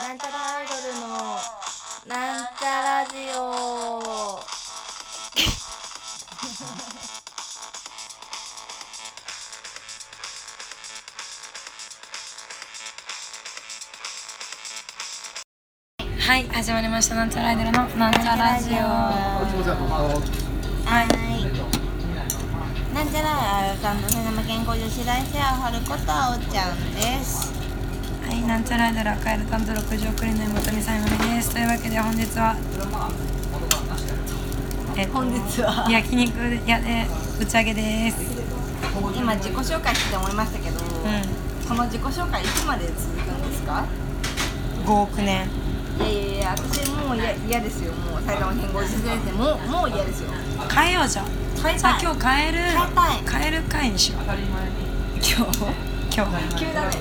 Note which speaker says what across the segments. Speaker 1: なんちゃらアイドルのなんちゃラジオ
Speaker 2: はい始まりましたなんちゃらアイドルのなんちゃラジオはい
Speaker 1: はいなんちゃらさんの瀬沼健康女子大生を張ることあおちゃんです
Speaker 2: はいなんちゃらアイドル赤色担当六条クリーンの妹にさゆまりですというわけで本日はえっと
Speaker 1: 本日は
Speaker 2: 焼肉やえー打ち上げです
Speaker 1: 今自己紹介してて思いましたけど、
Speaker 2: う
Speaker 1: この自己紹介いつまで続くんですか
Speaker 2: ん5億年
Speaker 1: いやいやいや私もういや嫌ですよもう埼玉健康女子大生もうもう嫌ですよ
Speaker 2: 変えようじゃん
Speaker 1: 変え
Speaker 2: さ
Speaker 1: た
Speaker 2: あ
Speaker 1: い
Speaker 2: 今日変える
Speaker 1: 変え
Speaker 2: 変える回にしよう今日今日
Speaker 1: 急だね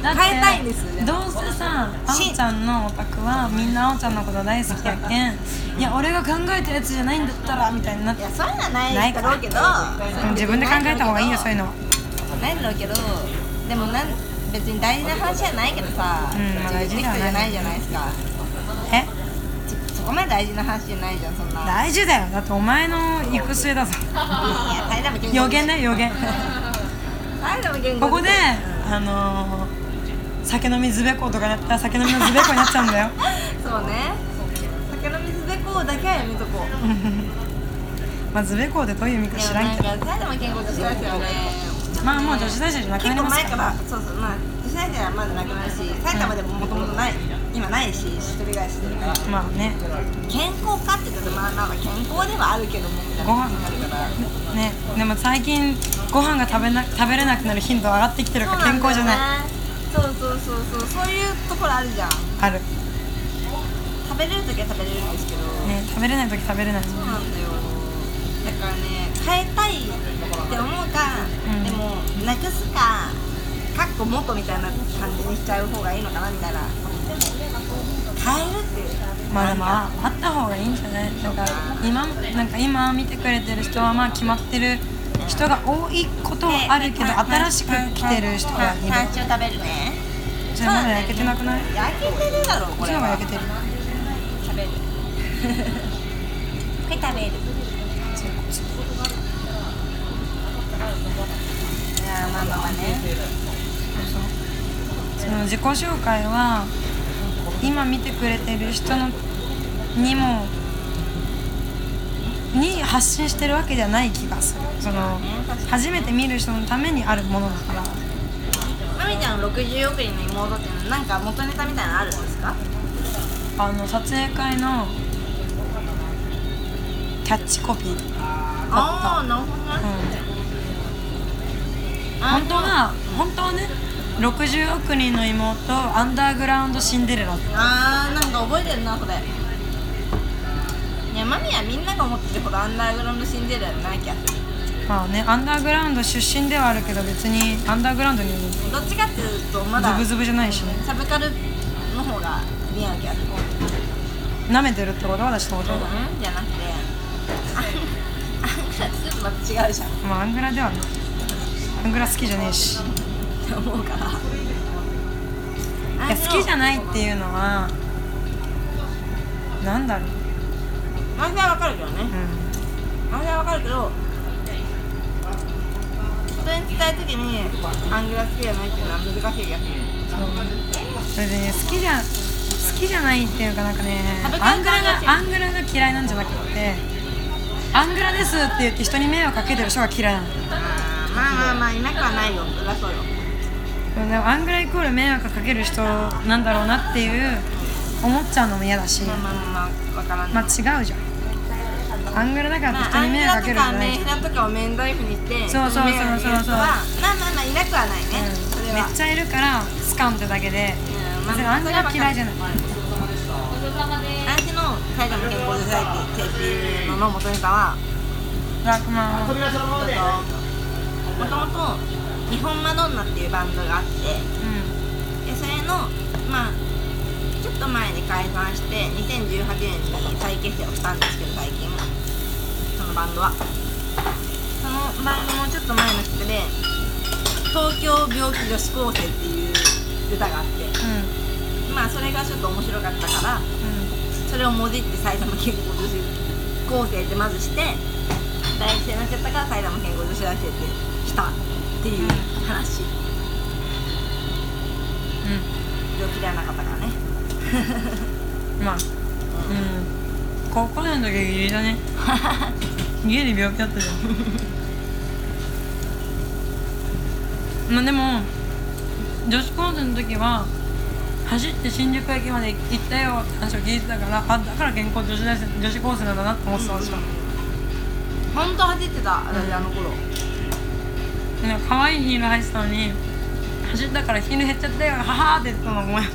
Speaker 2: だって
Speaker 1: 変えたいんですでも
Speaker 2: どうせさあおちゃんのお宅はみんなあおちゃんのこと大好きやけんいや俺が考えたやつじゃないんだったらみたいになっ
Speaker 1: い
Speaker 2: て
Speaker 1: やそういうのはな
Speaker 2: ないい
Speaker 1: だ
Speaker 2: か
Speaker 1: ろうけど
Speaker 2: 自分で考えた方がいいよそういうのは
Speaker 1: ないんだろうけどでもなん別に大事な話じゃないけどさ、
Speaker 2: うんまあ
Speaker 1: 自分で人じゃないじゃないですか
Speaker 2: え
Speaker 1: そそこまで大事な話じゃないじゃんそんないや
Speaker 2: 大事だよだってお前の行く末だぞ
Speaker 1: 埼玉健康
Speaker 2: 予言だよ予言
Speaker 1: 埼玉健康
Speaker 2: ここであのー、酒飲みずべことかやったら酒飲みのずべこになっちゃうんだよ
Speaker 1: そうね酒の水でこうだけはやめとこう
Speaker 2: まあずべこでどういう意味か
Speaker 1: でも
Speaker 2: 知ら
Speaker 1: なんん
Speaker 2: け
Speaker 1: か
Speaker 2: ど
Speaker 1: 埼玉健康女子大生はね
Speaker 2: まあもう女子大生じゃなく
Speaker 1: 結
Speaker 2: なり
Speaker 1: 構
Speaker 2: ます
Speaker 1: 前
Speaker 2: か
Speaker 1: かららそうそうまあ女子大生はまだなくなるし埼玉でももともとない今ないし一人暮らししてるから
Speaker 2: まあね
Speaker 1: 健康かって言ったらまあなんか健康ではあるけどもみたいな感じになるから
Speaker 2: ねでも最近ご飯が食べな食べれなくなる頻度上がってきてるから健康じゃない
Speaker 1: そうなんだよねそうそうそうそうそういうところあるじゃん
Speaker 2: ある
Speaker 1: 食べれる時は食べれるんですけど、
Speaker 2: ね食べれない時食べれない
Speaker 1: そうなんだよだからね変えたいって思うか、
Speaker 2: うん
Speaker 1: でもなくすかかっこ元みたいな感じにしちゃう方がいいのかなみたいな変えるっていう
Speaker 2: まあでもああった方がいいんじゃないなんか今なんか今見てくれてる人はまあ決まってる人が多いことはあるけど新しく来てる人がい
Speaker 1: パン
Speaker 2: る
Speaker 1: チを食べるね
Speaker 2: じゃあまだ焼けてなくないこ
Speaker 1: 焼けてるだろうこ
Speaker 2: っち
Speaker 1: れ
Speaker 2: の方が
Speaker 1: は
Speaker 2: 焼けてる
Speaker 1: 食 べるこれ食べる
Speaker 2: そうこっち
Speaker 1: いやーまあまあまあね
Speaker 2: その自己紹介は今見てくれてる人のにもに発信してるわけじゃない気がするその初めて見る人のためにあるものだから
Speaker 1: まみちゃんの60億人の妹っていうのなんか元ネタみたいなのあるんですか
Speaker 2: あの撮影会のキャッチコピー、うん、
Speaker 1: ああなるほどね、
Speaker 2: 本当は本当はね60億人の妹アンダーグラウンドシンデレラ
Speaker 1: あーなんか覚えてるなそれいやマミはみんなが思ってるほどアンダーグラウンドシンデレラじゃなきゃ
Speaker 2: まあねアンダーグラウンド出身ではあるけど別にアンダーグラウンドにズ
Speaker 1: どっちかっていうとまだ
Speaker 2: ブズブじゃないしね
Speaker 1: サブカルの方が似合う気がする
Speaker 2: 舐めてるってことは私のことが、
Speaker 1: うんじゃなくてあんあんぐらいちょっとまた違うじゃんっ
Speaker 2: まあアングラではないアングラ好きじゃねえして
Speaker 1: 思うから
Speaker 2: いや好きじゃ
Speaker 1: ん
Speaker 2: ないっていうのはなんだろう、
Speaker 1: マジはわかるけどね
Speaker 2: う
Speaker 1: あれはわかるけど人に伝えるときにアングラ好きじゃないっていうのは難しいやつ
Speaker 2: ん、それでね好きじゃ好きじゃないっていうかなんかね
Speaker 1: 食べ方が
Speaker 2: アングラがアングラが嫌いなんじゃなくてアングラですって言って人に迷惑かけてる人が嫌いなの
Speaker 1: あーまあまあまあいなくはないよそりゃそうよ
Speaker 2: でもアングライコール迷惑かける人なんだろうなっていう思っちゃうのも嫌だし
Speaker 1: まあまあまあまあわからん
Speaker 2: まあ
Speaker 1: ま
Speaker 2: 違うじゃんアングラだからって
Speaker 1: あ
Speaker 2: 人
Speaker 1: ア
Speaker 2: に
Speaker 1: ング
Speaker 2: 迷
Speaker 1: ラ
Speaker 2: 惑かけ
Speaker 1: と
Speaker 2: るじ
Speaker 1: か
Speaker 2: ゃない
Speaker 1: メンヘラとかを免罪符にして
Speaker 2: そうそうそうそうそ
Speaker 1: 人に迷
Speaker 2: う
Speaker 1: 惑かける人はまあまあまあいなくはないね、それ
Speaker 2: め
Speaker 1: は
Speaker 2: っちゃいるからスカンってだけで
Speaker 1: うんまあ
Speaker 2: 別にアングラ嫌いじゃない
Speaker 1: 私の埼玉健康女子大生っていうのの元ネタは
Speaker 2: ラクマン
Speaker 1: もともと日本マドンナっていうバンドがあって
Speaker 2: う
Speaker 1: でそれのまあちょっと前に解散して2018年に再結成をしたんですけど最近そのバンドはそのバンドのちょっと前の曲で「東京病気女子高生」っていう歌があって
Speaker 2: ん
Speaker 1: ま今それがちょっと面白かったから
Speaker 2: う
Speaker 1: それをもじって埼玉健康女子構成ってまずして大学生になっちゃったから埼玉健康女子大生ってしたっていう話病気ではなかったからね
Speaker 2: ん、うん、まあうん高校生の時はギリだね 家で病気だったじゃんまあでも女子高生の時は走って新宿駅まで行ったよって話を聞いてたからあだから健康女子大生女子高生なんだなって思ってたんですよ、
Speaker 1: 本当走ってた私あの頃
Speaker 2: でも可愛いヒール履いてたのに走ったからヒール減っちゃったよははーって言ってたの思い出した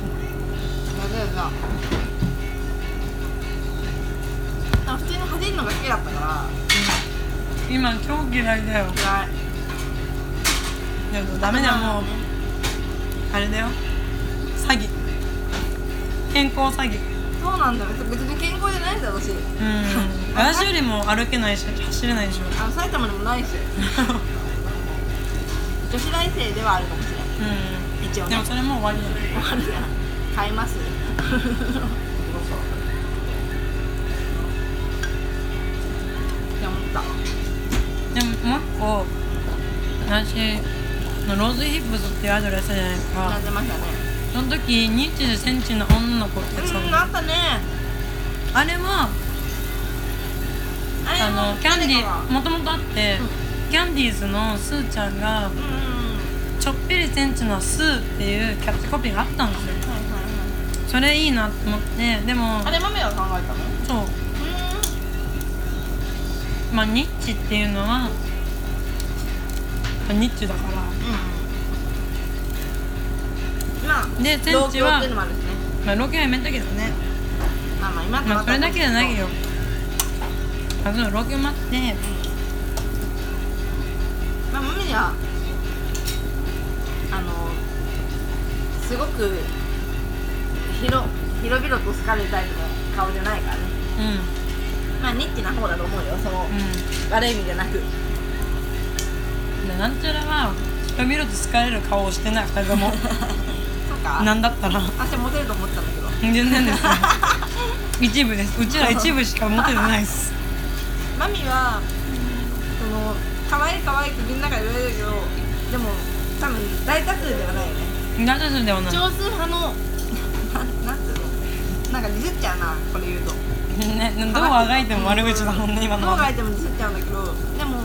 Speaker 1: でも普通に走るのが好きだったから
Speaker 2: 今超嫌いだよ
Speaker 1: 嫌い
Speaker 2: いやダメだよもうあれだよ詐欺健康詐欺
Speaker 1: そうなんだよ別に健康じゃないんだよ私
Speaker 2: うん 私よりも歩けないし走れないでしょ
Speaker 1: あの埼玉でもないし女子大生ではあるかもしれない
Speaker 2: うん
Speaker 1: 一応ね
Speaker 2: でもそれもう終わりだよ
Speaker 1: あるから買いますって思った
Speaker 2: でももう一個私のローズヒップスっていうアドレスじゃないですか
Speaker 1: なってましたね
Speaker 2: その時2 0ンチの女の子ってやつ
Speaker 1: うん
Speaker 2: な
Speaker 1: あ
Speaker 2: ん
Speaker 1: ったね
Speaker 2: あれは
Speaker 1: あれ
Speaker 2: あのキャンディ
Speaker 1: う
Speaker 2: ーもともとあって、キャンディーズのすーちゃんが
Speaker 1: んうんうん
Speaker 2: ちょっぴりセンチのすーっていうキャッチコピーがあったんですよ
Speaker 1: はいはいはい
Speaker 2: それいいなって思ってでも
Speaker 1: あれ豆が考えたのう
Speaker 2: そうまあニッチっていうのはまあニッチだから
Speaker 1: んうんまあ
Speaker 2: でセン
Speaker 1: 同
Speaker 2: チ
Speaker 1: 居っ
Speaker 2: は
Speaker 1: ていうのもあるしね
Speaker 2: まあロケはやめたけどね
Speaker 1: まあまあ今と
Speaker 2: ま
Speaker 1: な
Speaker 2: あ
Speaker 1: っ
Speaker 2: そ
Speaker 1: たら
Speaker 2: れだけじゃないよあそうロケもあって
Speaker 1: まあマミにはあのすごく広広々と好かれるタイプの顔じゃないからね
Speaker 2: う
Speaker 1: まあニッチな方だと思うよその、
Speaker 2: んうん
Speaker 1: 悪い意味じゃなく
Speaker 2: でなんちゃらは人見ると好かれる顔をしてない2人とも
Speaker 1: そっか
Speaker 2: なんだったら
Speaker 1: 私モテると思ってたんだけど
Speaker 2: 全然ですよ一部ですうちら一部しか持ってないです
Speaker 1: マミはその可愛い可愛いってみんなから言われるけどでも多分大多数ではないよね
Speaker 2: 大丈夫ではない
Speaker 1: 少数派の ななんていうのなんかディスっちゃうなこれ言うと
Speaker 2: ね、どうあがいても悪口だもんね今の
Speaker 1: どう
Speaker 2: は
Speaker 1: あがいてもディスっちゃうんだけどでも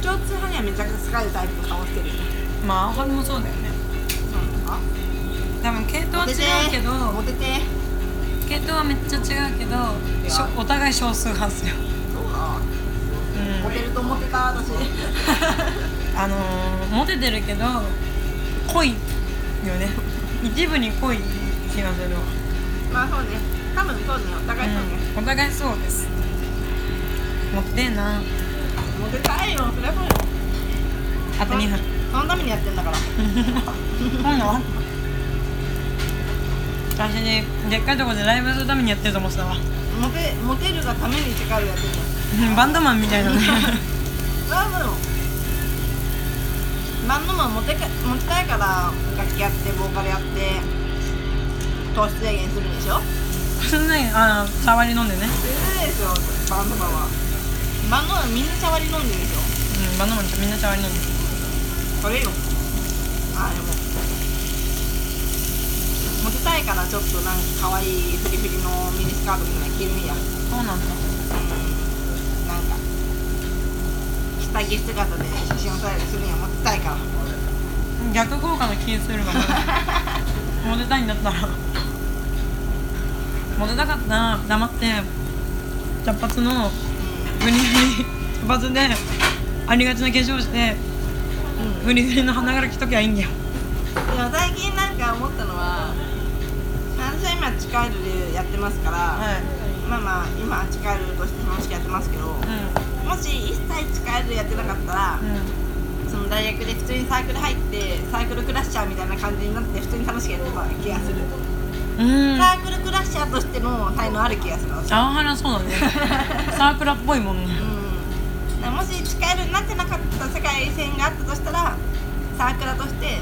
Speaker 1: 共通派にはめちゃくちゃ好かれるタイプの顔してるよね
Speaker 2: まああかりもそうだよね
Speaker 1: そうなのか
Speaker 2: 多分系統は
Speaker 1: モ
Speaker 2: 違
Speaker 1: テ
Speaker 2: う
Speaker 1: て
Speaker 2: けど
Speaker 1: モテて
Speaker 2: 系統はめっちゃ違うけどしょお互い少数派っすよ、
Speaker 1: そうだモテ
Speaker 2: う
Speaker 1: ると思ってた私
Speaker 2: ん、あのー、モテてるけど濃いよね一部に濃い気がするわ
Speaker 1: まあそうね多分そうねお互いそうね、
Speaker 2: うんお互いそうですモテてえな
Speaker 1: モテたいよそりゃそうよ
Speaker 2: あと2分
Speaker 1: そのためにやってんだから
Speaker 2: 今度は私ねでっかいとこでライブするためにやってると思ってた わ
Speaker 1: モテモテるがために力をやってる
Speaker 2: うんバンドマンみたいなね
Speaker 1: そりゃそうよバンドマンモテかモテたいから楽器やってボーカルやって糖質制限するんでしょ
Speaker 2: そんなにあー触り飲んでね
Speaker 1: するでしょバンドマンはバンドマンみんな茶割り飲んでるでしょ
Speaker 2: うんバンドマンってみんな触り飲んで
Speaker 1: それよあでもモテたいからちょっとなんか可愛いフリフリのミニスカートみたいなの着るんや
Speaker 2: そうなんだ
Speaker 1: なんか下着姿で写真を撮られたりするにはモテたいから
Speaker 2: 逆効果の気するわねモテたいんだったらモテたかったな黙って茶髪のグリグリ 茶髪でありがちな化粧してグリグリの花柄着ときゃいいんだよ
Speaker 1: でも最近なんか思ったのは私は今地下アイドルやってますから、
Speaker 2: い
Speaker 1: まあまあ今地下アイドルとして楽しくやってますけども
Speaker 2: うん
Speaker 1: し一切地下アイドルやってなかったらその大学で普通にサークル入ってサークルクラッシャーみたいな感じになって普通に楽しくやってた気がする、
Speaker 2: うん、うん、
Speaker 1: サ
Speaker 2: あ
Speaker 1: ークルクラッシャーとしての才能ある気がする私
Speaker 2: あはらそう だねサークラっぽいもんね
Speaker 1: うん、だからもし近寄るになってなかった世界線があったとしたらサークラとして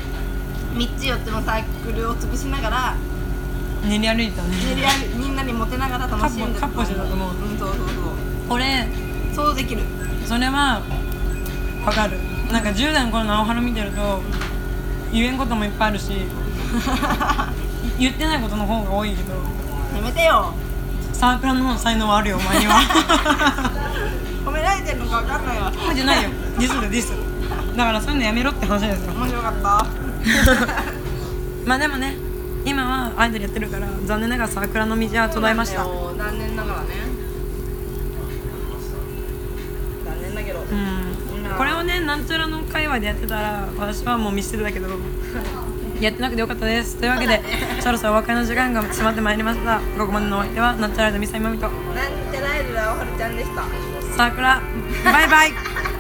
Speaker 1: 3つ4つのサークルを潰しながら
Speaker 2: 練り歩いてたね
Speaker 1: 練り歩みんなにモテながら楽しんで
Speaker 2: カッポカッポしてたと思うん
Speaker 1: そうそう
Speaker 2: 俺
Speaker 1: そうそうできる
Speaker 2: それはわかるなんか10代の頃の青春見てると言えんこともいっぱいある し言ってないことの方が多いけど
Speaker 1: やめてよ
Speaker 2: サークルの方の才能はあるよお前に は
Speaker 1: 褒められてるのか分かんないわ
Speaker 2: そうじゃないよディスだディスだからそういうのやめろって話ですよ
Speaker 1: 面白かった
Speaker 2: まあでもね今はアイドルやってるから残念ながら桜の道は途絶えましたう
Speaker 1: そうなんだよ残念ながらね残念だけど
Speaker 2: んこれをねなんちゃらの界隈でやってたら私はもう見捨ててたけど やってなくてよかったですというわけでそろそろお別れの時間が迫ってまいりましたここまでのお相手はなんちゃらアイドルミサイマミと
Speaker 1: なんてライドだおはるちゃんでした
Speaker 2: 桜バイバイ